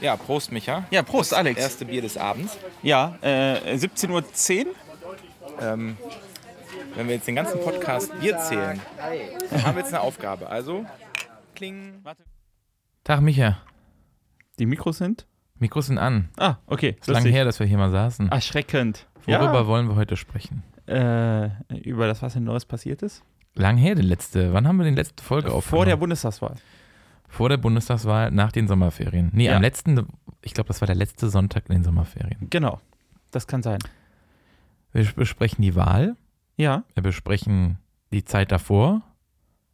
Ja, Prost, Micha. Ja, Prost, Alex. Erste Bier des Abends. Ja, äh, 17.10 Uhr. Ähm, wenn wir jetzt den ganzen Podcast Bier zählen, haben wir jetzt eine Aufgabe. Also, kling. Tag, Micha. Die Mikros sind? Mikros sind an. Ah, okay. Ist lang her, dass wir hier mal saßen. Erschreckend. Worüber wollen wir heute sprechen? Ja, äh, über das, was in Neues passiert ist. Lang her, die letzte. Wann haben wir den letzte Folge Vor der aufgenommen? Bundestagswahl. Vor der Bundestagswahl, nach den Sommerferien. Nee, Ja. am letzten, ich glaube, das war der letzte Sonntag in den Sommerferien. Genau. Das kann sein. Wir besprechen die Wahl, Ja. wir besprechen die Zeit davor.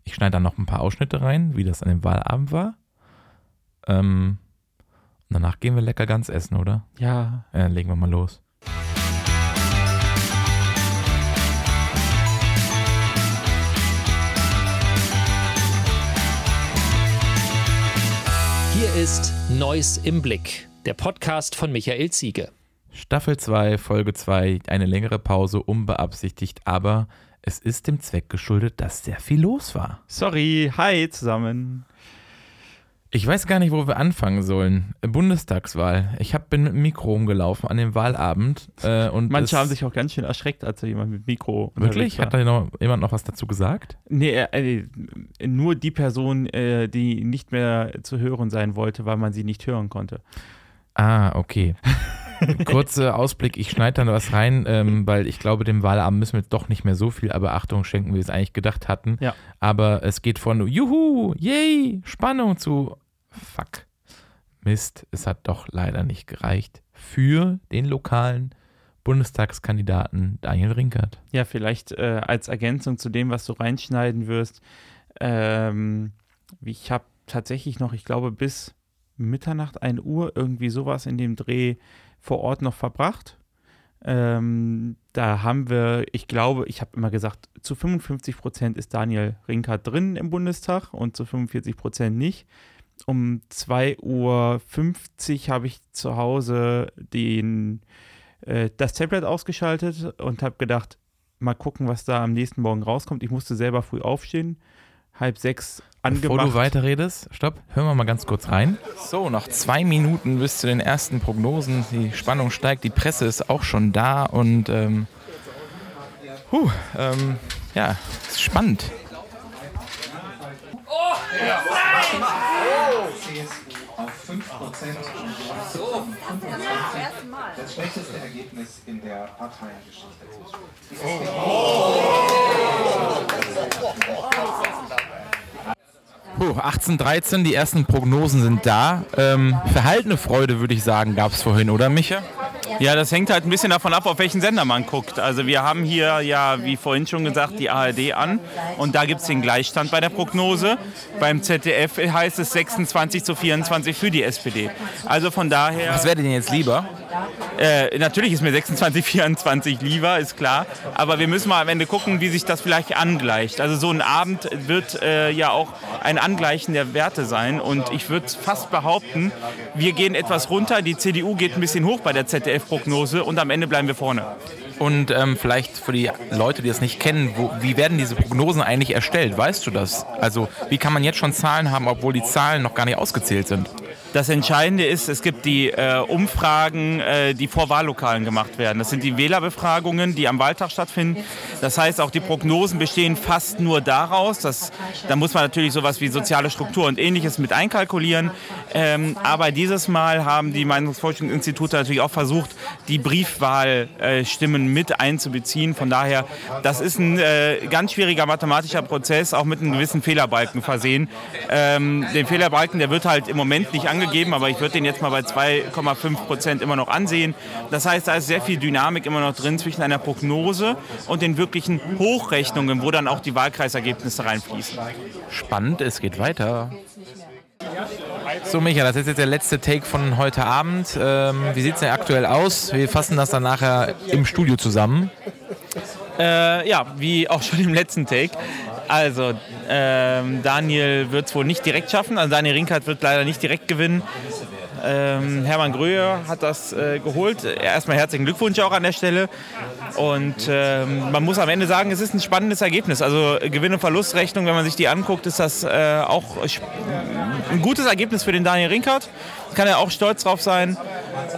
Ich schneide dann noch ein paar Ausschnitte rein, wie das an dem Wahlabend war. Ähm, und danach gehen wir lecker ganz essen, oder? Ja. Ja, dann legen wir mal los. Hier ist Neues im Blick, der Podcast von Michael Ziege. Staffel 2, Folge 2, eine längere Pause, unbeabsichtigt, aber es ist dem Zweck geschuldet, dass sehr viel los war. Sorry. Hi zusammen. Ich weiß gar nicht, wo wir anfangen sollen. Bundestagswahl. Ich hab, bin mit dem Mikro rumgelaufen an dem Wahlabend. Äh, und Manche es- haben sich auch ganz schön erschreckt, als da jemand mit Mikro. unterwegs Wirklich? War. Hat da noch, jemand noch was dazu gesagt? Nee, äh, äh, nur die Person, äh, die nicht mehr zu hören sein wollte, weil man sie nicht hören konnte. Ah, okay. Kurzer Ausblick, ich schneide dann was rein, ähm, weil ich glaube, dem Wahlabend müssen wir doch nicht mehr so viel Beachtung schenken, wie wir es eigentlich gedacht hatten. Ja. Aber es geht von Juhu, yay, Spannung zu Fuck. Mist, es hat doch leider nicht gereicht für den lokalen Bundestagskandidaten Daniel Rinkert. Ja, vielleicht äh, als Ergänzung zu dem, was du reinschneiden wirst. Ähm, ich habe tatsächlich noch, ich glaube, bis Mitternacht, 1 Uhr irgendwie sowas in dem Dreh vor Ort noch verbracht. Ähm, da haben wir, ich glaube, ich habe immer gesagt, zu 55 Prozent ist Daniel Rinkert drin im Bundestag und zu 45 Prozent nicht. Um 2.50 Uhr habe ich zu Hause den, äh, das Tablet ausgeschaltet und habe gedacht, mal gucken, was da am nächsten Morgen rauskommt. Ich musste selber früh aufstehen, halb sechs angemacht. Bevor du weiterredest, stopp, hören wir mal ganz kurz rein. So, noch zwei Minuten bis zu den ersten Prognosen. Die Spannung steigt, die Presse ist auch schon da und ähm, huh, ähm, ja, ist spannend. Das schlechteste Ergebnis in der Parteiengeschichte. Puh, 1813, die ersten Prognosen sind da. Ähm, verhaltene Freude, würde ich sagen, gab es vorhin, oder Micha? Ja, das hängt halt ein bisschen davon ab, auf welchen Sender man guckt. Also wir haben hier ja, wie vorhin schon gesagt, die ARD an und da gibt es den Gleichstand bei der Prognose. Beim ZDF heißt es 26 zu 24 für die SPD. Also von daher, Was wäre denn jetzt lieber? äh, natürlich ist mir 26 24 lieber, ist klar. Aber wir müssen mal am Ende gucken, wie sich das vielleicht angleicht. Also so ein Abend wird äh, ja auch ein Angleichen der Werte sein und ich würde fast behaupten, wir gehen etwas runter, die CDU geht ein bisschen hoch bei der ZDF-Prognose und am Ende bleiben wir vorne. Und ähm, vielleicht für die Leute, die das nicht kennen, wo, wie werden diese Prognosen eigentlich erstellt? Weißt du das? Also wie kann man jetzt schon Zahlen haben, obwohl die Zahlen noch gar nicht ausgezählt sind? Das Entscheidende ist, es gibt die äh, Umfragen, äh, die vor Wahllokalen gemacht werden. Das sind die Wählerbefragungen, die am Wahltag stattfinden. Das heißt, auch die Prognosen bestehen fast nur daraus. Dass, da muss man natürlich sowas wie soziale Struktur und ähnliches mit einkalkulieren. Ähm, aber dieses Mal haben die Meinungsforschungsinstitute natürlich auch versucht, die Briefwahlstimmen äh, Stimmen mit einzubeziehen. Von daher, das ist ein äh, ganz schwieriger mathematischer Prozess, auch mit einem gewissen Fehlerbalken versehen. Ähm, den Fehlerbalken, der wird halt im Moment nicht angegeben, aber ich würde den jetzt mal bei 2,5 Prozent immer noch ansehen. Das heißt, da ist sehr viel Dynamik immer noch drin zwischen einer Prognose und den wirklichen Hochrechnungen, wo dann auch die Wahlkreisergebnisse reinfließen. Spannend, es geht weiter. So, Micha, das ist jetzt der letzte Take von heute Abend. Ähm, wie sieht es denn aktuell aus? Wir fassen das dann nachher im Studio zusammen. Äh, ja, wie auch schon im letzten Take. Also, ähm, Daniel wird es wohl nicht direkt schaffen. Also Daniel Rinkert wird leider nicht direkt gewinnen. Ähm, Hermann Gröhe hat das äh, geholt. Erstmal herzlichen Glückwunsch auch an der Stelle. Und ähm, man muss am Ende sagen, es ist ein spannendes Ergebnis. Also äh, Gewinn- und Verlustrechnung, wenn man sich die anguckt, ist das äh, auch sp- ein gutes Ergebnis für den Daniel Rinkert. Kann er auch stolz drauf sein.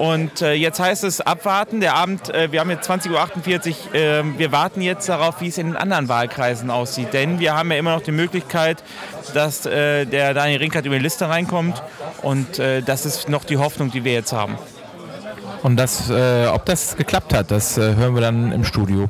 Und äh, jetzt heißt es abwarten. Der Abend, äh, wir haben jetzt 20.48 Uhr, äh, wir warten jetzt darauf, wie es in den anderen Wahlkreisen aussieht. Denn wir haben ja immer noch die Möglichkeit, dass äh, der Daniel Rinkert über die Liste reinkommt. Und äh, das ist noch die Hoffnung, die wir jetzt haben. Und das, äh, ob das geklappt hat, das äh, hören wir dann im Studio.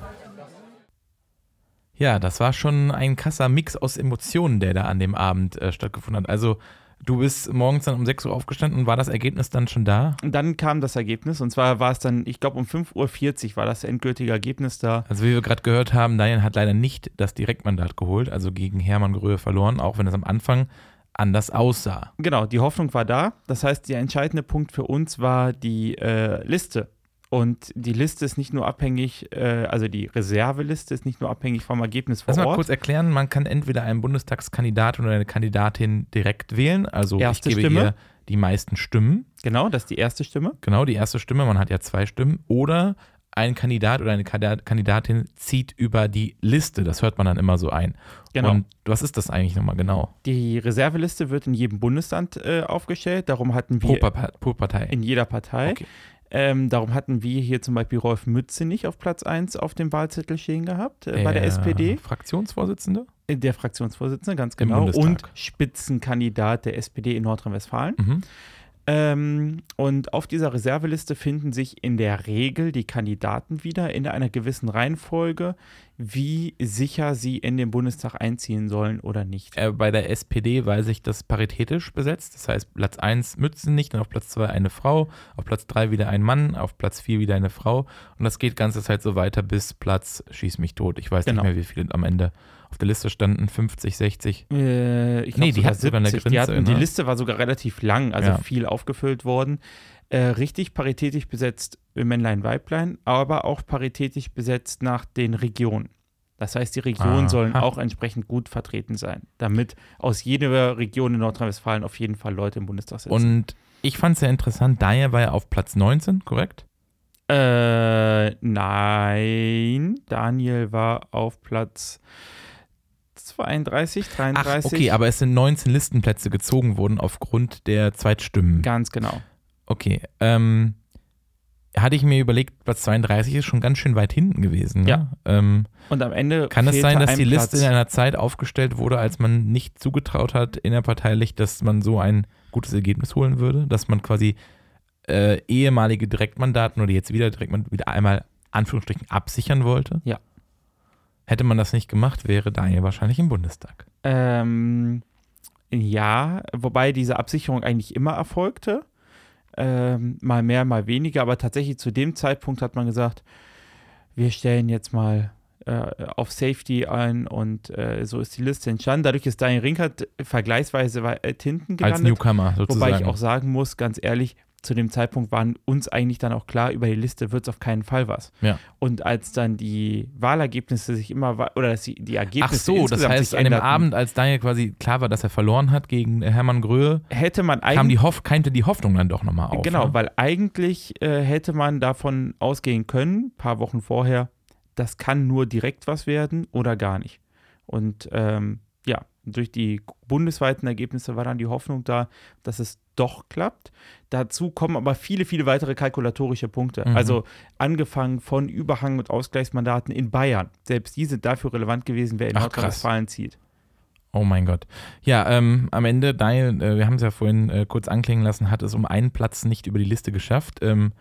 Ja, das war schon ein krasser Mix aus Emotionen, der da an dem Abend äh, stattgefunden hat. Also, du bist morgens dann um 6 Uhr aufgestanden und war das Ergebnis dann schon da? Und dann kam das Ergebnis. Und zwar war es dann, ich glaube, um 5.40 Uhr war das endgültige Ergebnis da. Also, wie wir gerade gehört haben, Daniel hat leider nicht das Direktmandat geholt, also gegen Hermann Gröhe verloren, auch wenn es am Anfang anders aussah. Genau, die Hoffnung war da. Das heißt, der entscheidende Punkt für uns war die äh, Liste. Und die Liste ist nicht nur abhängig, äh, also die Reserveliste ist nicht nur abhängig vom Ergebnis vor Lass mal Ort. kurz erklären, man kann entweder einen Bundestagskandidaten oder eine Kandidatin direkt wählen. Also Erste ich gebe Stimme. hier die meisten Stimmen. Genau, das ist die erste Stimme. Genau, die erste Stimme, man hat ja zwei Stimmen. Oder ein Kandidat oder eine Kada- Kandidatin zieht über die Liste. Das hört man dann immer so ein. Genau. Und was ist das eigentlich nochmal genau? Die Reserveliste wird in jedem Bundesland äh, aufgestellt. Darum hatten Pro, wir Par- pro Partei. in jeder Partei. Okay. Ähm, darum hatten wir hier zum Beispiel Rolf Mütze nicht auf Platz 1 auf dem Wahlzettel stehen gehabt äh, bei der SPD. Fraktionsvorsitzende? Äh, Der Fraktionsvorsitzende, ganz Im genau. Bundestag. Und Spitzenkandidat der SPD in Nordrhein-Westfalen. Mhm. Ähm, und auf dieser Reserveliste finden sich in der Regel die Kandidaten wieder in einer gewissen Reihenfolge, wie sicher sie in den Bundestag einziehen sollen oder nicht. Äh, bei der SPD weiß ich, das paritätisch besetzt. Das heißt, Platz 1 Mützen nicht, dann auf Platz 2 eine Frau, auf Platz 3 wieder ein Mann, auf Platz 4 wieder eine Frau. Und das geht ganze Zeit so weiter bis Platz Schieß mich tot. Ich weiß Genau. nicht mehr, wie viele am Ende auf der Liste standen. 50, 60. Äh, ich glaub, Nee, die hatten sogar eine Die, Grenze, hatten, die ne? Liste war sogar relativ lang, also Ja. viel aufgefüllt worden. Äh, richtig paritätisch besetzt Männlein, Weiblein, aber auch paritätisch besetzt nach den Regionen. Das heißt, die Regionen Aha. sollen auch entsprechend gut vertreten sein, damit aus jeder Region in Nordrhein-Westfalen auf jeden Fall Leute im Bundestag sitzen. Und ich fand es sehr interessant, Daniel war ja auf Platz 19, korrekt? Äh, nein. Daniel war auf Platz 32, 33. Ach, okay, aber es sind 19 Listenplätze gezogen worden aufgrund der Zweitstimmen. Ganz genau. Okay, ähm, hatte ich mir überlegt, Platz 32 ist schon ganz schön weit hinten gewesen. Ne? Ja. Ähm, Und am Ende. kann es fehlte sein, dass ein die Platz. Liste in einer Zeit aufgestellt wurde, als man nicht zugetraut hat, innerparteilich, dass man so ein gutes Ergebnis holen würde? Dass man quasi äh, ehemalige Direktmandaten oder jetzt wieder Direktmandaten wieder einmal Anführungsstrichen absichern wollte? Ja. Hätte man das nicht gemacht, wäre Daniel wahrscheinlich im Bundestag. Ähm, ja, wobei diese Absicherung eigentlich immer erfolgte. Ähm, mal mehr, mal weniger, aber tatsächlich zu dem Zeitpunkt hat man gesagt, wir stellen jetzt mal äh, auf Safety ein und äh, so ist die Liste entstanden. Dadurch ist Daniel Rinkert vergleichsweise weit hinten Als gelandet. Newcomer sozusagen. Wobei ich auch sagen muss, ganz ehrlich, zu dem Zeitpunkt waren uns eigentlich dann auch klar, über die Liste wird es auf keinen Fall was. Ja. Und als dann die Wahlergebnisse sich immer wei- oder dass die, die Ach Ergebnisse so, das insgesamt heißt, sich an dem änderten, Abend, als Daniel quasi klar war, dass er verloren hat gegen äh, Hermann Gröhe, hätte man kam eigentlich die Hoff keimte die Hoffnung dann doch nochmal auf. genau, ne? weil eigentlich äh, hätte man davon ausgehen können, ein paar Wochen vorher, das kann nur direkt was werden oder gar nicht. Und ähm, ja, durch die bundesweiten Ergebnisse war dann die Hoffnung da, dass es doch klappt. Dazu kommen aber viele, viele weitere kalkulatorische Punkte. Mhm. Also angefangen von Überhang- und Ausgleichsmandaten in Bayern. Selbst die sind dafür relevant gewesen, wer in Ach, krass. Nordrhein-Westfalen zieht. Oh mein Gott. Ja, ähm, am Ende, Daniel, äh, wir haben es ja vorhin äh, kurz anklingen lassen, hat es um einen Platz nicht über die Liste geschafft. Ähm,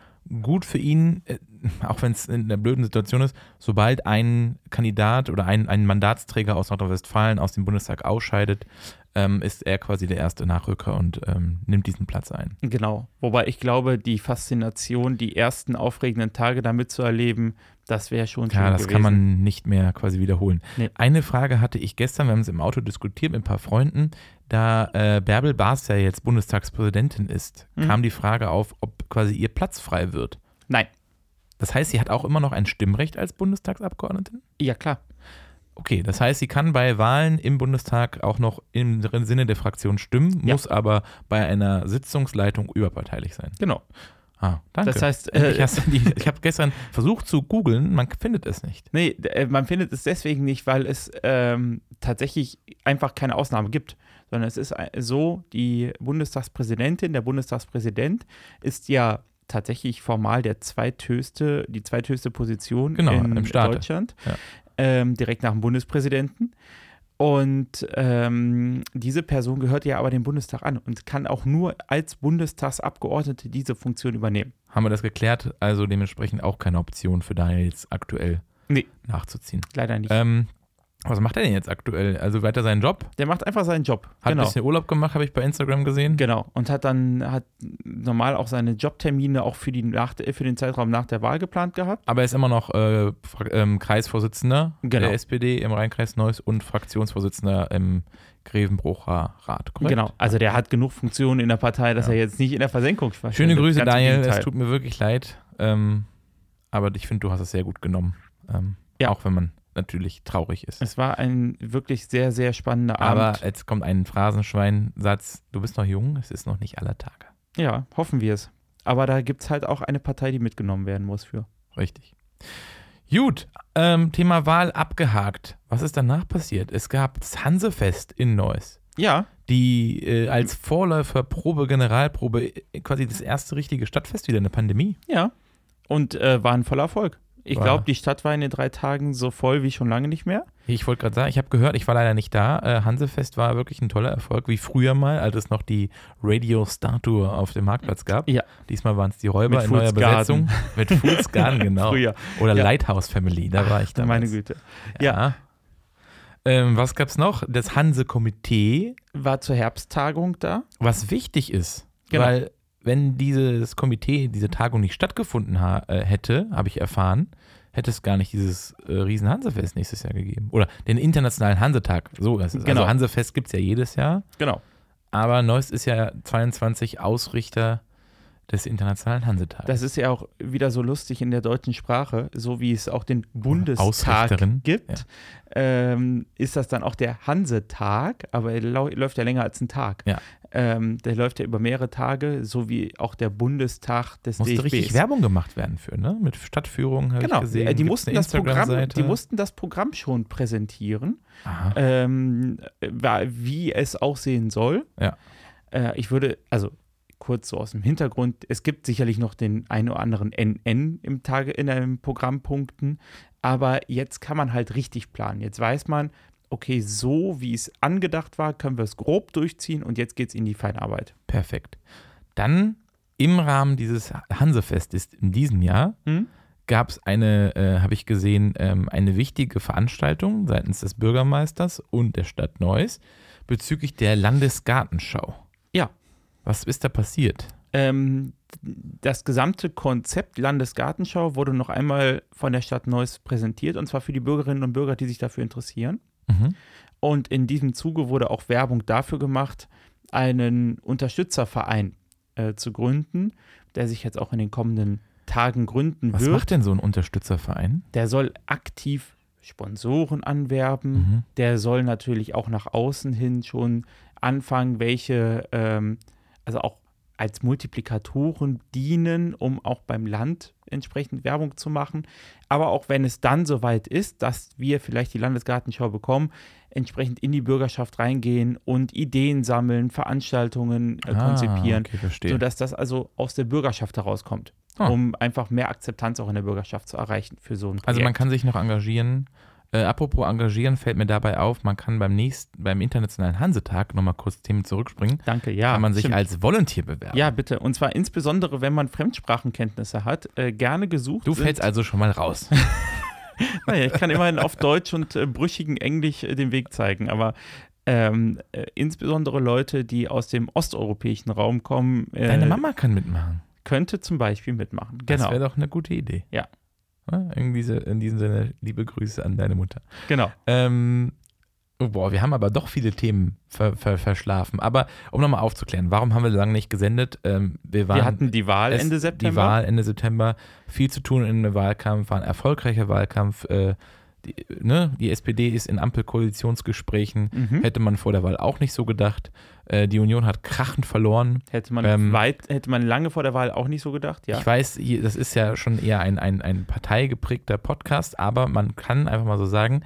gut für ihn, äh, auch wenn es in einer blöden Situation ist, sobald ein Kandidat oder ein, ein Mandatsträger aus Nordrhein-Westfalen aus dem Bundestag ausscheidet, ähm, ist er quasi der erste Nachrücker und ähm, nimmt diesen Platz ein. Genau. Wobei ich glaube, die Faszination, die ersten aufregenden Tage damit zu erleben, das wäre schon schön Ja, das gewesen. kann man nicht mehr quasi wiederholen. Nee. Eine Frage hatte ich gestern, wir haben es im Auto diskutiert mit ein paar Freunden, da äh, Bärbel Baas ja jetzt Bundestagspräsidentin ist, Mhm. kam die Frage auf, ob quasi ihr Platz frei wird. Nein. Das heißt, sie hat auch immer noch ein Stimmrecht als Bundestagsabgeordnete? Ja, klar. Okay, das heißt, sie kann bei Wahlen im Bundestag auch noch im Sinne der Fraktion stimmen, Ja. muss aber bei einer Sitzungsleitung überparteilich sein. Genau. Ah, danke. Das heißt, äh, Endlich hast du die, ich habe gestern versucht zu googeln, man findet es nicht. Nee, d- äh, man findet es deswegen nicht, weil es ähm, tatsächlich einfach keine Ausnahme gibt. Sondern es ist ein- so, die Bundestagspräsidentin, der Bundestagspräsident ist ja tatsächlich formal der zweithöchste, die zweithöchste Position Genau, in im Staate. Deutschland, Ja. ähm, direkt nach dem Bundespräsidenten. Und ähm, diese Person gehört ja aber dem Bundestag an und kann auch nur als Bundestagsabgeordnete diese Funktion übernehmen. Haben wir das geklärt? Also dementsprechend auch keine Option für Daniel jetzt aktuell Nee. nachzuziehen. Leider nicht. Ähm, was macht er denn jetzt aktuell? Also weiter seinen Job? Der macht einfach seinen Job. Hat ein bisschen Urlaub gemacht, habe ich bei Instagram gesehen. Genau. Und hat dann hat normal auch seine Jobtermine auch für, die nach, für den Zeitraum nach der Wahl geplant gehabt. Aber er ist immer noch äh, Fra- ähm, Kreisvorsitzender Genau. der SPD im Rheinkreis Neuss und Fraktionsvorsitzender im Grevenbrocher Rat. Korrekt? Genau. Also der hat genug Funktionen in der Partei, dass er jetzt nicht in der Versenkung Schöne verschwindet. Grüße, Ganz im Daniel. Gegenteil. Es tut mir wirklich leid. Ähm, aber ich finde, du hast es sehr gut genommen. Ähm, Ja. Auch wenn man natürlich traurig ist. es war ein wirklich sehr, sehr spannender Aber Abend. jetzt kommt ein Phrasenschwein-Satz. Du bist noch jung, es ist noch nicht aller Tage. Ja, hoffen wir es. Aber da gibt es halt auch eine Partei, die mitgenommen werden muss für. Richtig. Gut, ähm, Thema Wahl abgehakt. Was ist danach passiert? Es gab das Hansefest in Neuss. Ja, die äh, als Vorläuferprobe, Generalprobe äh, quasi das erste richtige Stadtfest wieder in der Pandemie. ja. Und äh, war ein voller Erfolg. Ich War- glaube, die Stadt war in den drei Tagen so voll wie schon lange nicht mehr. Ich wollte gerade sagen, ich habe gehört, ich war leider nicht da. Äh, Hansefest war wirklich ein toller Erfolg, wie früher mal, als es noch die Radio Star Tour auf dem Marktplatz gab. Ja. Diesmal waren es die Räuber Mit in neuer Fools Garden. Besetzung. Mit Fools Garden, genau. Früher. Oder Ja. Lighthouse Family, da war ich damals. Meine Güte. Ja. Ähm, was gab es noch? Das Hanse-Komitee War zur Herbsttagung da. was wichtig ist, Genau. weil wenn dieses Komitee diese Tagung nicht stattgefunden ha äh, hätte, habe ich erfahren, hätte es gar nicht dieses äh, riesen Hansefest nächstes Jahr gegeben. Oder den internationalen Hansetag. So ist es. Genau. Also Hansefest gibt es ja jedes Jahr, Genau. aber Neuss ist ja 22 Ausrichter des internationalen Hansetags. Das ist ja auch wieder so lustig in der deutschen Sprache, so wie es auch den Bundestag Ausrichterin, gibt, ähm, ist das dann auch der Hansetag, aber er lau- läuft ja länger als ein Tag. Ja. Ähm, der läuft ja über mehrere Tage, so wie auch der Bundestag des musste DFBs. richtig Werbung gemacht werden für, ne? Mit Stadtführungen habe Genau, ich gesehen. Äh, die Gibt's mussten, eine das Programm, Instagram-Seite? die mussten das Programm schon präsentieren, Aha. ähm, wa- wie es aussehen soll. Ja. Äh, ich würde, also kurz so aus dem Hintergrund, es gibt sicherlich noch den einen oder anderen NN im Tage in einem Programmpunkten, aber jetzt kann man halt richtig planen. Jetzt weiß man, okay, so wie es angedacht war, können wir es grob durchziehen und jetzt geht's in die Feinarbeit. Perfekt. Dann im Rahmen dieses Hansefestes in diesem Jahr Mhm. gab es eine, äh, habe ich gesehen, ähm, eine wichtige Veranstaltung seitens des Bürgermeisters und der Stadt Neuss bezüglich der Landesgartenschau. Ja. Was ist da passiert? Ähm, das gesamte Konzept Landesgartenschau wurde noch einmal von der Stadt Neuss präsentiert und zwar für die Bürgerinnen und Bürger, die sich dafür interessieren. Mhm. Und in diesem Zuge wurde auch Werbung dafür gemacht, einen Unterstützerverein äh, zu gründen, der sich jetzt auch in den kommenden Tagen gründen Was wird. macht denn so ein Unterstützerverein? Der soll aktiv Sponsoren anwerben. Mhm. Der soll natürlich auch nach außen hin schon anfangen, welche, ähm, also auch als Multiplikatoren dienen, um auch beim Land entsprechend Werbung zu machen. Aber auch wenn es dann soweit ist, dass wir vielleicht die Landesgartenschau bekommen, entsprechend in die Bürgerschaft reingehen und Ideen sammeln, Veranstaltungen äh, konzipieren, Ah, okay, verstehe. sodass das also aus der Bürgerschaft herauskommt, Ah. um einfach mehr Akzeptanz auch in der Bürgerschaft zu erreichen für so ein Projekt. Also man kann sich noch engagieren. Äh, apropos engagieren fällt mir dabei auf, man kann beim nächsten, beim Internationalen Hansetag nochmal kurz Themen zurückspringen, Danke, ja. kann man sich stimmt. als Volunteer bewerben. Ja, bitte. Und zwar insbesondere, wenn man Fremdsprachenkenntnisse hat, äh, gerne gesucht. Du sind- fällst also schon mal raus. Naja, ich kann immerhin auf Deutsch und äh, brüchigen Englisch äh, den Weg zeigen, aber ähm, äh, insbesondere Leute, die aus dem osteuropäischen Raum kommen, äh, Deine Mama kann mitmachen. könnte zum Beispiel mitmachen. Das Genau. wäre doch eine gute Idee. Ja. Ne? In, diese, in diesem Sinne, liebe Grüße an deine Mutter. genau. Ähm, oh, boah, wir haben aber doch viele Themen ver, ver, verschlafen. Aber um nochmal aufzuklären, warum haben wir lange nicht gesendet? Ähm, wir, waren, Wir hatten die Wahl es- Ende September. Die Wahl Ende September. Viel zu tun in einem Wahlkampf, war ein erfolgreicher Wahlkampf. Äh, die, ne, die SPD ist in Ampelkoalitionsgesprächen, Mhm. hätte man vor der Wahl auch nicht so gedacht. Äh, die Union hat krachend verloren. Hätte man, Ähm, weit, hätte man lange vor der Wahl auch nicht so gedacht, ja. Ich weiß, hier- das ist ja schon eher ein, ein, ein parteigeprägter Podcast, aber man kann einfach mal so sagen,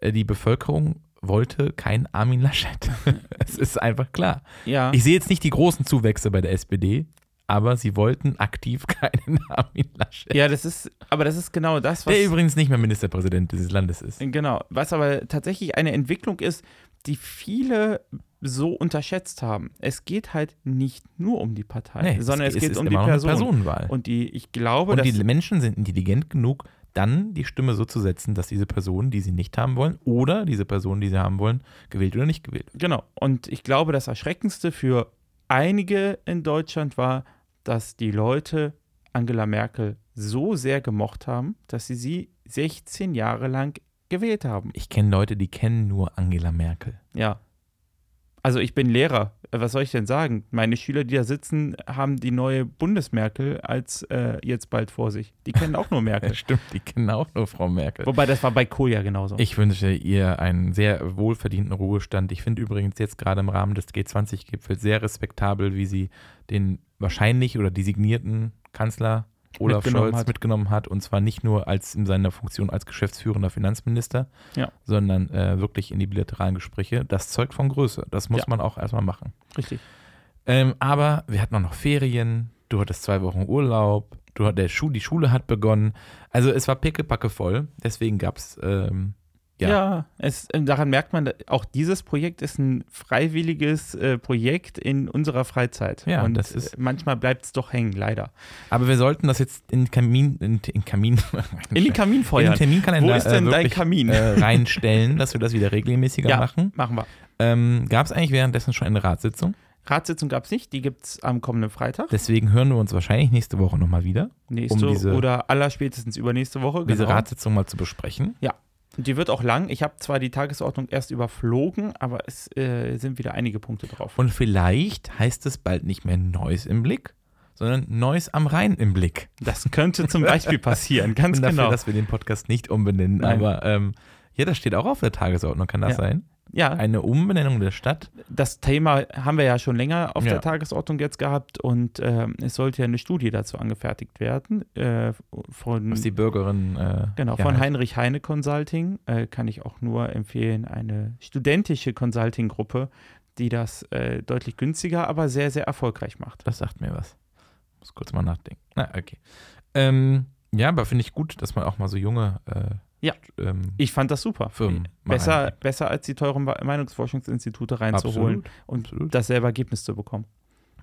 äh, die Bevölkerung wollte kein Armin Laschet. es ist einfach klar. ja. Ich sehe jetzt nicht die großen Zuwächse bei der SPD, aber sie wollten aktiv keinen Armin Laschet. ja, das ist, aber das ist genau das, was. der übrigens nicht mehr Ministerpräsident dieses Landes ist. Genau, was aber tatsächlich eine Entwicklung ist, die viele so unterschätzt haben. Es geht halt nicht nur um die Partei, Nee, sondern es, ist- geht ist um die immer noch eine Person. Personenwahl. Und die, ich glaube, Und dass die Menschen sind intelligent genug, dann die Stimme so zu setzen, dass diese Personen, die sie nicht haben wollen, oder diese Personen, die sie haben wollen, gewählt oder nicht gewählt wird. Genau. Und ich glaube, das Erschreckendste für einige in Deutschland war, dass die Leute Angela Merkel so sehr gemocht haben, dass sie sie 16 Jahre lang gewählt haben. Ich kenne Leute, die kennen nur Angela Merkel. Ja. Also ich bin Lehrer. Äh, Was soll ich denn sagen? Meine Schüler, die da sitzen, haben die neue Bundesmerkel als äh, jetzt bald vor sich. Die kennen auch nur Merkel. stimmt, die kennen auch nur Frau Merkel. Wobei das war bei Kohl ja genauso. Ich wünsche ihr einen sehr wohlverdienten Ruhestand. Ich finde übrigens jetzt gerade im Rahmen des G20-Gipfels sehr respektabel, wie sie den wahrscheinlich oder designierten Kanzler Olaf Mitgenommen Scholz hat. mitgenommen hat. Und zwar nicht nur als in seiner Funktion als geschäftsführender Finanzminister, Ja. sondern äh, wirklich in die bilateralen Gespräche. Das zeugt von Größe. Das muss Ja. man auch erstmal machen. Richtig. Ähm, aber wir hatten auch noch Ferien, du hattest zwei Wochen Urlaub, du hat, der Schu die Schule hat begonnen. Also es war pickepacke voll, deswegen gab es ähm, Ja, Ja. es, äh, daran merkt man, auch dieses Projekt ist ein freiwilliges äh, Projekt in unserer Freizeit. Ja, Und das ist- äh, manchmal bleibt es doch hängen, leider. Aber wir sollten das jetzt in den Kamin, in, in Kamin, In den Kamin in den feuern. Terminkalender Wo ist denn äh, dein wirklich, Kamin? Äh, reinstellen, dass wir das wieder regelmäßiger Ja. machen. Machen wir. Ähm, Gab es eigentlich währenddessen schon eine Ratssitzung? Ratssitzung gab es nicht, die gibt es am kommenden Freitag. Deswegen hören wir uns wahrscheinlich nächste Woche nochmal wieder, Nächste Um diese- oder allerspätestens übernächste Woche. genau. um diese Ratssitzung mal zu besprechen. Und Die wird auch lang. Ich habe zwar die Tagesordnung erst überflogen, aber es äh, sind wieder einige Punkte drauf. Und vielleicht heißt es bald nicht mehr Neues im Blick, sondern Neues am Rhein im Blick. Das könnte zum Beispiel passieren, Ich ganz bin dafür, genau. dass wir den Podcast nicht umbenennen, Nein. aber ähm, ja, das steht auch auf der Tagesordnung, kann das Ja. sein? ja, Eine Umbenennung der Stadt. das Thema haben wir ja schon länger auf Ja. der Tagesordnung jetzt gehabt und ähm, es sollte ja eine Studie dazu angefertigt werden äh, von, Was die Bürgerin. Äh, genau, ja, von halt- Heinrich Heine Consulting. Äh, kann ich auch nur empfehlen, eine studentische Consulting-Gruppe, die das äh, deutlich günstiger, aber sehr, sehr erfolgreich macht. Das sagt mir was. Muss kurz mal nachdenken. Na, okay. Ähm, ja, aber finde ich gut, dass man auch mal so junge äh, Ja. ähm, Ich fand das super. Firmen mal Besser, einbringt. besser als die teuren Wa- Meinungsforschungsinstitute reinzuholen Absolut. und absolut. dasselbe Ergebnis zu bekommen.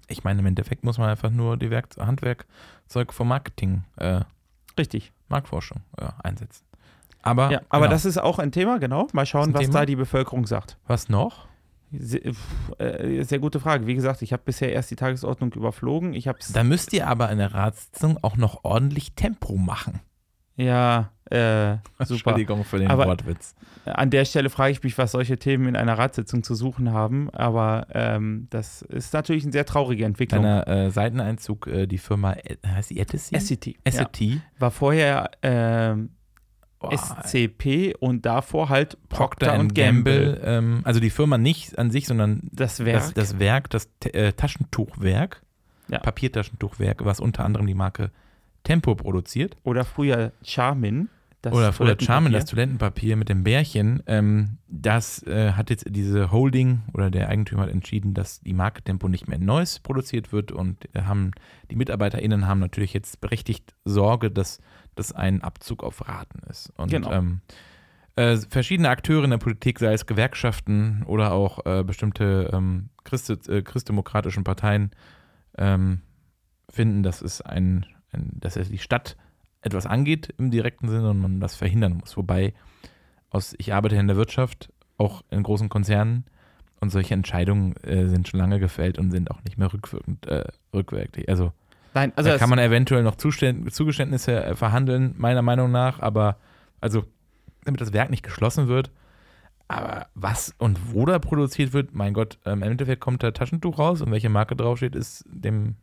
Ich meine, im Endeffekt muss man einfach nur die Werk Handwerkzeug vom Marketing, äh, Richtig. Marktforschung äh, einsetzen. Aber, ja, aber genau. das ist auch ein Thema, genau. Mal schauen, Ist ein was Thema? da die Bevölkerung sagt. was noch? Sehr, pf, äh, sehr gute Frage. Wie gesagt, ich habe bisher erst die Tagesordnung überflogen. Ich habe es. Da müsst ihr aber in der Ratssitzung auch noch ordentlich Tempo machen. Ja, äh, super. Entschuldigung für den Aber- Wortwitz. An der Stelle frage ich mich, was solche Themen in einer Ratssitzung zu suchen haben. Aber ähm, das ist natürlich eine sehr traurige Entwicklung. Deiner äh, Seiteneinzug, äh, die Firma, äh, heißt die Etesy? SCT. Ja. SCT. War vorher ähm, Boah, SCP und davor halt Procter Procter und Gamble. Gamble. Ähm, also die Firma nicht an sich, sondern Das Werk. das, das Werk, das T- äh, Taschentuchwerk, Ja. Papiertaschentuchwerk, was unter anderem die Marke Tempo produziert. Oder früher Charmin. Das Oder früher Toilettenpapier. Charmin, das Toilettenpapier mit dem Bärchen. Ähm, das äh, hat jetzt diese Holding oder der Eigentümer hat entschieden, dass die Marke Tempo nicht mehr in Neuss produziert wird und äh, haben, die MitarbeiterInnen haben natürlich jetzt berechtigt Sorge, dass das ein Abzug auf Raten ist. Und Genau. ähm, äh, verschiedene Akteure in der Politik, sei es Gewerkschaften oder auch äh, bestimmte ähm, Christ äh, christdemokratischen Parteien, ähm, finden, dass es ein, ein, dass es die Stadt etwas angeht im direkten Sinne und man das verhindern muss. Wobei aus, ich arbeite in der Wirtschaft, auch in großen Konzernen und solche Entscheidungen äh, sind schon lange gefällt und sind auch nicht mehr rückwirkend, äh, rückwirkend. Also, Nein, also da das, kann man eventuell noch Zuständ Zugeständnisse äh, verhandeln, meiner Meinung nach, aber also damit das Werk nicht geschlossen wird. Aber was und wo da produziert wird, mein Gott, ähm, im Endeffekt kommt da Taschentuch raus und welche Marke draufsteht, ist dem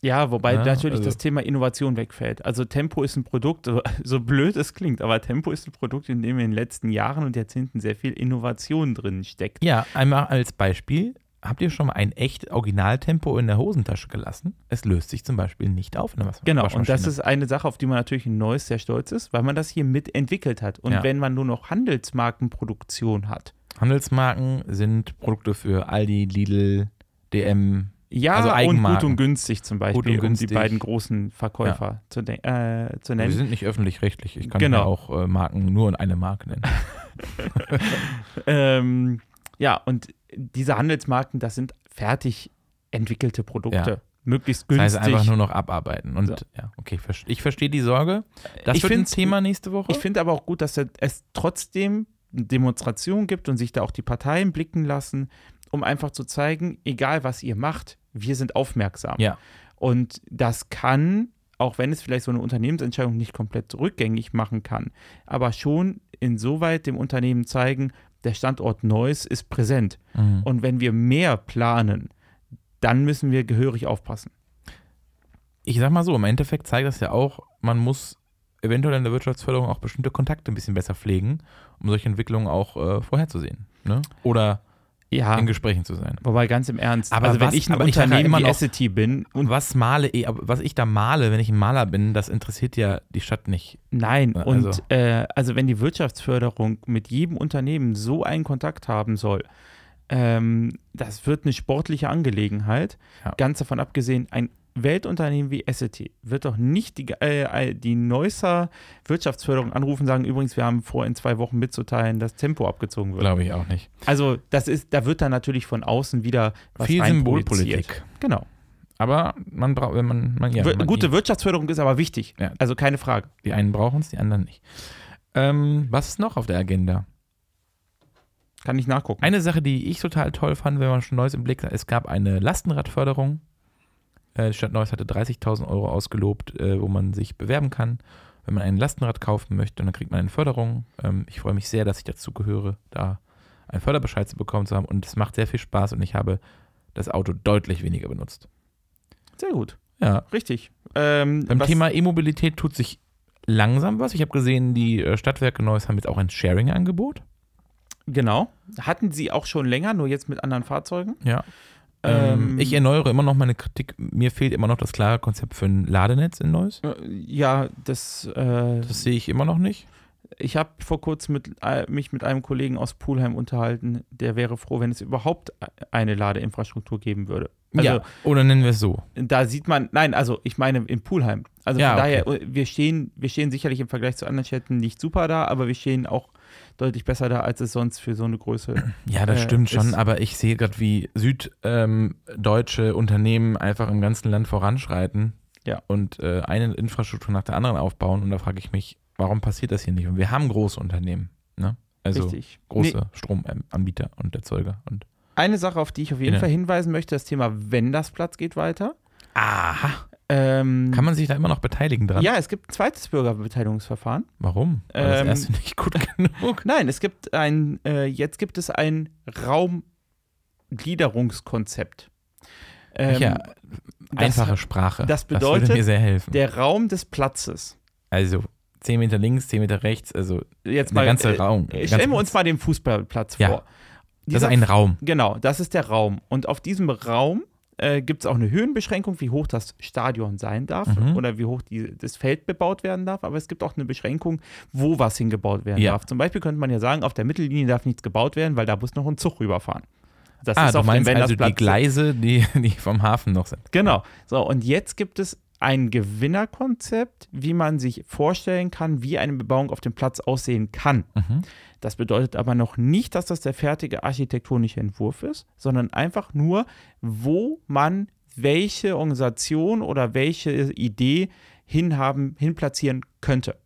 Ja, wobei Ja, natürlich also- das Thema Innovation wegfällt. Also Tempo ist ein Produkt, so- so blöd es klingt, aber Tempo ist ein Produkt, in dem in den letzten Jahren und Jahrzehnten sehr viel Innovation drin steckt. Ja, einmal als Beispiel. Habt ihr schon mal ein echt Originaltempo in der Hosentasche gelassen? Es löst sich zum Beispiel nicht auf in der Wasch- Genau, und Waschmaschine. das ist eine Sache, auf die man natürlich in Neuss sehr stolz ist, weil man das hier mitentwickelt hat. Und Ja. wenn man nur noch Handelsmarkenproduktion hat, Handelsmarken sind Produkte für Aldi, Lidl, DM. ja, Also und gut Eigenmarken. und günstig zum Beispiel, und um die günstig. beiden großen Verkäufer zu, den- äh, zu Wir nennen. sind nicht öffentlich-rechtlich. Ich kann Genau. ja auch äh, Marken nur in eine Marke nennen. Ähm, ja, und diese Handelsmarken, das sind fertig entwickelte Produkte. Ja. Möglichst Das günstig. heißt einfach nur noch abarbeiten. Und So. ja, okay, verste- ich verstehe die Sorge. Das Ich wird ein find's- Thema nächste Woche. Ich finde aber auch gut, dass er- es trotzdem Demonstrationen gibt und sich da auch die Parteien blicken lassen, um einfach zu zeigen, egal was ihr macht, wir sind aufmerksam. Ja. Und das kann, auch wenn es vielleicht so eine Unternehmensentscheidung nicht komplett rückgängig machen kann, aber schon insoweit dem Unternehmen zeigen, der Standort Neuss ist präsent. Mhm. Und wenn wir mehr planen, dann müssen wir gehörig aufpassen. ich sag mal so, im Endeffekt zeigt das ja auch, man muss eventuell in der Wirtschaftsförderung auch bestimmte Kontakte ein bisschen besser pflegen, um solche Entwicklungen auch äh, vorherzusehen. Ne? Oder Ja. in Gesprächen zu sein. Wobei ganz im Ernst, Aber also wenn was- ich ein aber ich sag ja Unternehmen immer wie noch- Essity bin und Und was male, ich- aber was ich da male, wenn ich ein Maler bin, das interessiert ja die Stadt nicht. Nein, Ja, und also- Äh, also wenn die Wirtschaftsförderung mit jedem Unternehmen so einen Kontakt haben soll, ähm, das wird eine sportliche Angelegenheit. Ja. Ganz davon abgesehen, ein Weltunternehmen wie Essity wird doch nicht die, äh, die Neusser Wirtschaftsförderung anrufen und sagen, übrigens, wir haben vor, in zwei Wochen mitzuteilen, dass Tempo abgezogen wird. Glaube ich auch nicht. Also das ist, da wird dann natürlich von außen wieder was Viel reinprojiziert. Symbolpolitik. Genau. Aber man braucht, wenn man, man, ja, Wir- man Gute Wirtschaftsförderung ist aber wichtig. Ja. Also keine Frage. Die einen brauchen es, die anderen nicht. Ähm, was ist noch auf der Agenda? Kann ich nachgucken. Eine Sache, die ich total toll fand, wenn man schon Neues im Blick hat, es gab eine Lastenradförderung. Äh, Die Stadt Neuss hatte 30.000 Euro ausgelobt, äh, wo man sich bewerben kann, wenn man ein Lastenrad kaufen möchte und dann kriegt man eine Förderung. Ähm, Ich freue mich sehr, dass ich dazu gehöre, da einen Förderbescheid zu bekommen zu haben und es macht sehr viel Spaß und ich habe das Auto deutlich weniger benutzt. Sehr gut. Ja, Richtig. Ähm, beim was- Thema E-Mobilität tut sich langsam was. Ich habe gesehen, die äh, Stadtwerke Neuss haben jetzt auch ein Sharing-Angebot. Genau. Hatten sie auch schon länger, nur jetzt mit anderen Fahrzeugen. Ja. Ähm, Ähm, ich erneuere immer noch meine Kritik. Mir fehlt immer noch das klare Konzept für ein Ladenetz in Neuss. Äh, Ja, das. Äh, Das sehe ich immer noch nicht. ich habe vor kurzem mit, äh, mich mit einem Kollegen aus Pulheim unterhalten, der wäre froh, wenn es überhaupt äh, eine Ladeinfrastruktur geben würde. Also, Oder nennen wir es so. da sieht man, nein, also ich meine in Pulheim. Also Ja, von daher, äh, wir stehen, wir stehen sicherlich im Vergleich zu anderen Städten nicht super da, aber wir stehen auch deutlich besser da, als es sonst für so eine Größe Ja, das Äh, stimmt schon, ist- aber ich sehe gerade, wie süddeutsche Unternehmen einfach im ganzen Land voranschreiten Ja. und äh, eine Infrastruktur nach der anderen aufbauen. Und da frage ich mich, warum passiert das hier nicht? Und wir haben große Unternehmen. Ne? Also richtig. große Stromanbieter und Erzeuger. Und Eine Sache, auf die ich auf jeden Ja. Fall hinweisen möchte, das Thema Wenn das Platz geht weiter. Aha. Ähm, Kann man sich da immer noch beteiligen dran? Ja, es gibt ein zweites Bürgerbeteiligungsverfahren. Warum? War das Ähm, erste nicht gut genug? Nein, es gibt ein, äh, jetzt gibt es ein Raumgliederungskonzept. Ähm, ja, einfache das, Sprache. das würde bedeutet, mir sehr helfen. der Raum des Platzes. also 10 Meter links, 10 Meter rechts, also Jetzt der mal, ganze äh, Raum. der ganze Stellen wir uns mal den Fußballplatz Ja. vor. das ist Dieser- ein Raum. Genau, das ist der Raum. Und auf diesem Raum äh, gibt es auch eine Höhenbeschränkung, wie hoch das Stadion sein darf Mhm. oder wie hoch die, das Feld bebaut werden darf. Aber es gibt auch eine Beschränkung, wo was hingebaut werden Ja. darf. Zum Beispiel könnte man ja sagen, auf der Mittellinie darf nichts gebaut werden, weil da muss noch ein Zug rüberfahren. Das Ah, du auf dem meinst also die Wendersplatz- Gleise, die, die vom Hafen noch sind. Genau. So, und jetzt gibt es ein Gewinnerkonzept, wie man sich vorstellen kann, wie eine Bebauung auf dem Platz aussehen kann. Mhm. Das bedeutet aber noch nicht, dass das der fertige architektonische Entwurf ist, sondern einfach nur, wo man welche Organisation oder welche Idee hinhaben, hinplatzieren könnte.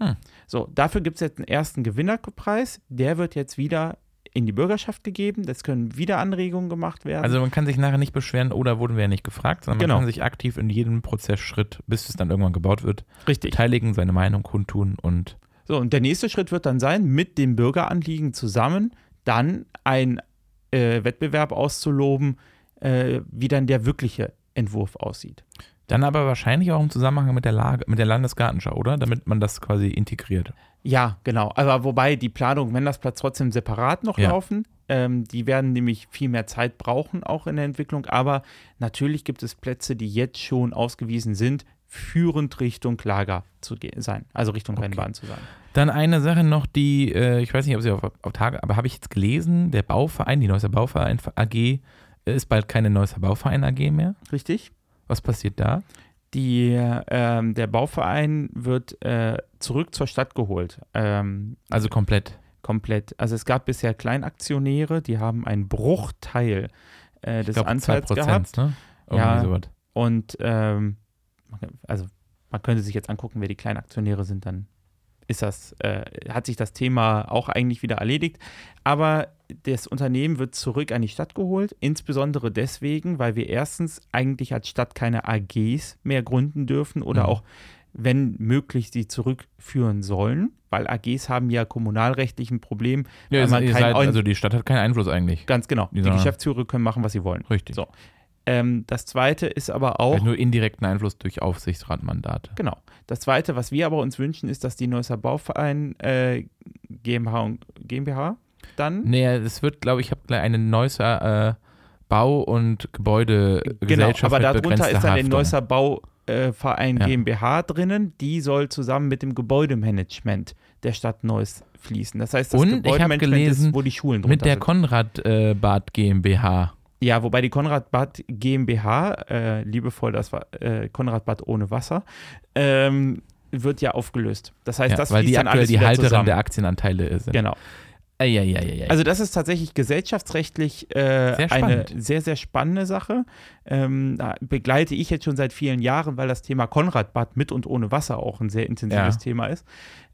Hm. So, dafür gibt es jetzt einen ersten Gewinnerpreis. Der wird jetzt wieder in die Bürgerschaft gegeben. Es können wieder Anregungen gemacht werden. Also man kann sich nachher nicht beschweren, oder wurden wir ja nicht gefragt, sondern man Genau. kann sich aktiv in jedem Prozessschritt, bis es dann irgendwann gebaut wird, richtig. beteiligen, seine Meinung kundtun und So, und der nächste Schritt wird dann sein, mit dem Bürgeranliegen zusammen dann einen äh, Wettbewerb auszuloben, äh, wie dann der wirkliche Entwurf aussieht. Dann aber wahrscheinlich auch im Zusammenhang mit der Lage, mit der Landesgartenschau, oder? Damit man das quasi integriert. Ja, genau. Aber wobei die Planung, wenn das Platz trotzdem separat noch Ja. laufen, ähm, die werden nämlich viel mehr Zeit brauchen, auch in der Entwicklung. Aber natürlich gibt es Plätze, die jetzt schon ausgewiesen sind, führend Richtung Lager zu ge- sein, also Richtung Rennbahn zu sein. Dann eine Sache noch, die, äh, ich weiß nicht, ob sie auf, auf Tage, aber habe ich jetzt gelesen, der Bauverein, die Neusser Bauverein AG äh, ist bald keine Neusser Bauverein AG mehr. Richtig? Was passiert da? Die, ähm, der Bauverein wird äh, zurück zur Stadt geholt. Ähm, Also komplett. komplett. Also es gab bisher Kleinaktionäre, die haben einen Bruchteil äh, des glaub, Anteils 2%, gehabt. ne? Irgendwie Ja. sowas. Und ähm, man- also man könnte sich jetzt angucken, wer die Kleinaktionäre sind, dann ist das, äh, hat sich das Thema auch eigentlich wieder erledigt. Aber das Unternehmen wird zurück an die Stadt geholt, insbesondere deswegen, weil wir erstens eigentlich als Stadt keine AGs mehr gründen dürfen oder Mhm. auch wenn möglich sie zurückführen sollen, weil AGs haben ja kommunalrechtlich ein Problem, Ja, weil ihr- man ihr kein- seid, also die Stadt hat keinen Einfluss eigentlich. ganz genau, die Ja. Geschäftsführer können machen, was sie wollen. Richtig. So. Oh. Ähm, das zweite ist aber auch, Vielleicht Nur indirekten Einfluss durch Aufsichtsratmandate. Genau. Das Zweite, was wir aber uns wünschen, ist, dass die Neusser Bauverein äh, GmbH, und- GmbH dann Nee, es wird, glaube ich, ich habe gleich eine Neusser äh, Bau- und Gebäudegesellschaft Genau, aber mit darunter begrenzter ist dann der Haftung. Neusser Bauverein Ja. GmbH drinnen. Die soll zusammen mit dem Gebäudemanagement der Stadt Neuss fließen. Das heißt, das Und ich hab Gebäudemanagement gelesen, ist, wo die Schulen drunter Mit der sind. Konrad äh, Bad GmbH. Ja, wobei die Konrad Bad GmbH, äh, liebevoll das war äh, Konrad Bad ohne Wasser, ähm, wird ja aufgelöst. Das heißt, Ja, das weil fließt die dann aktuell alles die wieder Halterin zusammen. der Aktienanteile sind. genau. Eieieiei. Also das ist tatsächlich gesellschaftsrechtlich äh, Sehr eine spannend. sehr, sehr spannende Sache. Ähm, da begleite ich jetzt schon seit vielen Jahren, weil das Thema Konradbad mit und ohne Wasser auch ein sehr intensives Ja. Thema ist.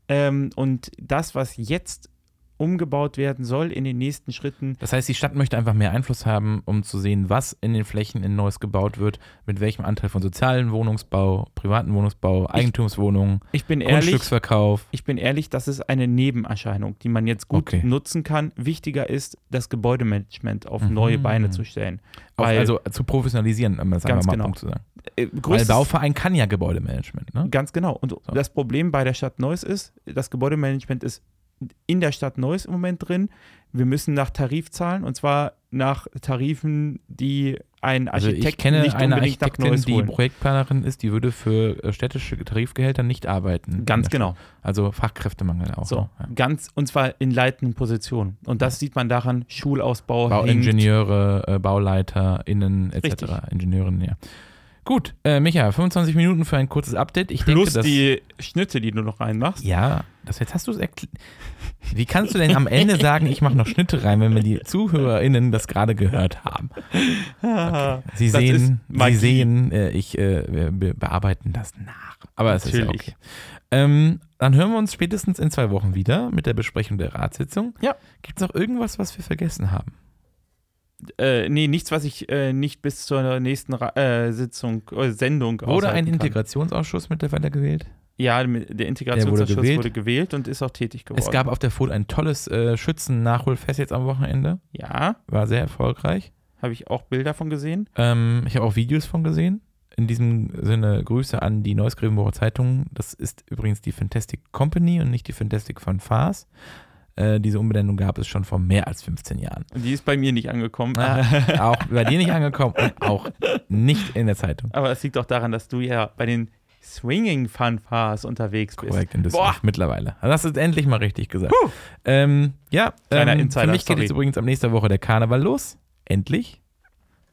Ähm, und das, was jetzt umgebaut werden soll in den nächsten Schritten, das heißt, die Stadt möchte einfach mehr Einfluss haben, um zu sehen, was in den Flächen in Neues gebaut wird, mit welchem Anteil von sozialen Wohnungsbau, privaten Wohnungsbau, Eigentumswohnungen, ich bin ehrlich, Grundstücksverkauf. ich bin ehrlich, das ist eine Nebenerscheinung, die man jetzt gut Okay. nutzen kann. Wichtiger ist, das Gebäudemanagement auf Mhm. neue Beine zu stellen. Auf, Weil- also zu professionalisieren, um das einfach Ganz mal genau. Punkt zu sagen. Äh, Weil größtes- Bauverein kann ja Gebäudemanagement, ne? Ganz genau. Und das Problem bei der Stadt Neuss ist, das Gebäudemanagement ist in der Stadt Neuss im Moment drin. Wir müssen nach Tarif zahlen und zwar nach Tarifen, die ein Also Architekt ich kenne nicht eine unbedingt nach Architektin, Neuss die holen. Projektplanerin ist, die würde für äh, städtische Tarifgehälter nicht arbeiten. Ganz genau. Also Fachkräftemangel auch. So, ne? Ja. ganz und zwar in leitenden Positionen. Und das sieht man daran, Schulausbau, hängt. Bauingenieure, äh, BauleiterInnen etc. Richtig. Ingenieurinnen, ja. Gut, äh, Micha, 25 Minuten für ein kurzes Update. Ich denke, plus dass, die Schnitte, die du noch reinmachst. Ja, das jetzt hast du es erklärt. Wie kannst du denn am Ende sagen, ich mache noch Schnitte rein, wenn wir die ZuhörerInnen das gerade gehört haben? Okay. Sie Das ist sehen, sie Magie. sehen, äh, ich äh, wir- wir bearbeiten das nach. Aber es ist ja Natürlich. okay. Ähm, dann hören wir uns spätestens in zwei Wochen wieder mit der Besprechung der Ratssitzung. Ja. Gibt es noch irgendwas, was wir vergessen haben? Äh, nee, nichts, was ich äh, nicht bis zur nächsten Ra äh, Sitzung, äh, Sendung Wurde ein aushalten kann. Integrationsausschuss mittlerweile gewählt? Ja, der Integrationsausschuss wurde, gewählt. gewählt und ist auch tätig geworden. Es gab auf der FOD ein tolles äh, Schützen-Nachholfest jetzt am Wochenende. ja, War sehr erfolgreich. habe ich auch Bilder von gesehen. Ähm, ich habe auch Videos von gesehen. In diesem Sinne Grüße an die Neusgrevenbocher Zeitung. Das ist übrigens die Fantastic Company und nicht die Fantastic Fanfars. Äh, diese Umbenennung gab es schon vor mehr als 15 Jahren. Die ist bei mir nicht angekommen. Ah. auch bei dir nicht angekommen und auch nicht in der Zeitung. Aber es liegt auch daran, dass du ja bei den Swinging Fanfars unterwegs bist. Korrekt, in Boah, Düsseldorf mittlerweile. Also Das ist endlich mal richtig gesagt. Ähm, ja, Kleiner ähm, Insider, für mich geht sorry. jetzt übrigens am nächsten Woche der Karneval los. Endlich.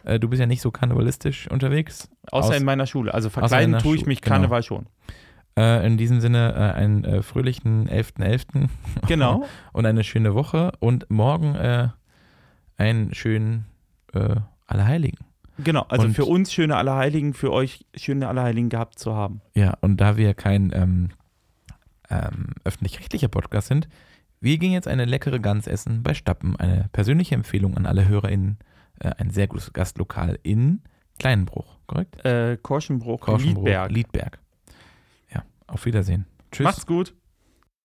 Äh, du bist ja nicht so karnevalistisch unterwegs. außer aus- in meiner Schule. Also außer in verkleiden der tue ich Schule, mich genau. Karneval schon. Äh, in diesem Sinne äh, einen äh, fröhlichen 11.11. Genau. und eine schöne Woche und morgen äh, einen schönen äh, Allerheiligen. genau. Also Und- für uns schöne Allerheiligen, für euch schöne Allerheiligen gehabt zu haben. Ja, und da wir kein ähm, ähm, öffentlich-rechtlicher Podcast sind, wir gehen jetzt eine leckere Gans essen bei Stappen. Eine persönliche Empfehlung an alle HörerInnen. Äh, ein sehr gutes Gastlokal in Kleinenbruch, korrekt? Äh, Korschenbruch, Korschenbruch, Liedberg. Liedberg. Ja, auf Wiedersehen. Tschüss. Macht's gut.